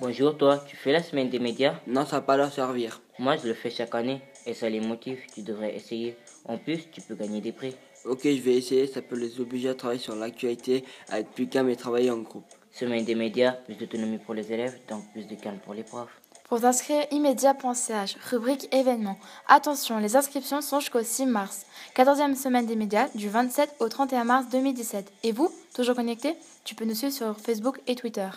Bonjour toi, tu fais la semaine des médias Non, ça va pas leur servir. Moi je le fais chaque année et ça les motive, tu devrais essayer. En plus, tu peux gagner des prix. Ok, je vais essayer, ça peut les obliger à travailler sur l'actualité, à être plus calme et travailler en groupe. Semaine des médias, plus d'autonomie pour les élèves, donc plus de calme pour les profs. Pour t'inscrire immédiat.ch, rubrique événements. Attention, les inscriptions sont jusqu'au 6 mars. 14e semaine des médias du 27 au 31 mars 2017. Et vous, toujours connecté Tu peux nous suivre sur Facebook et Twitter.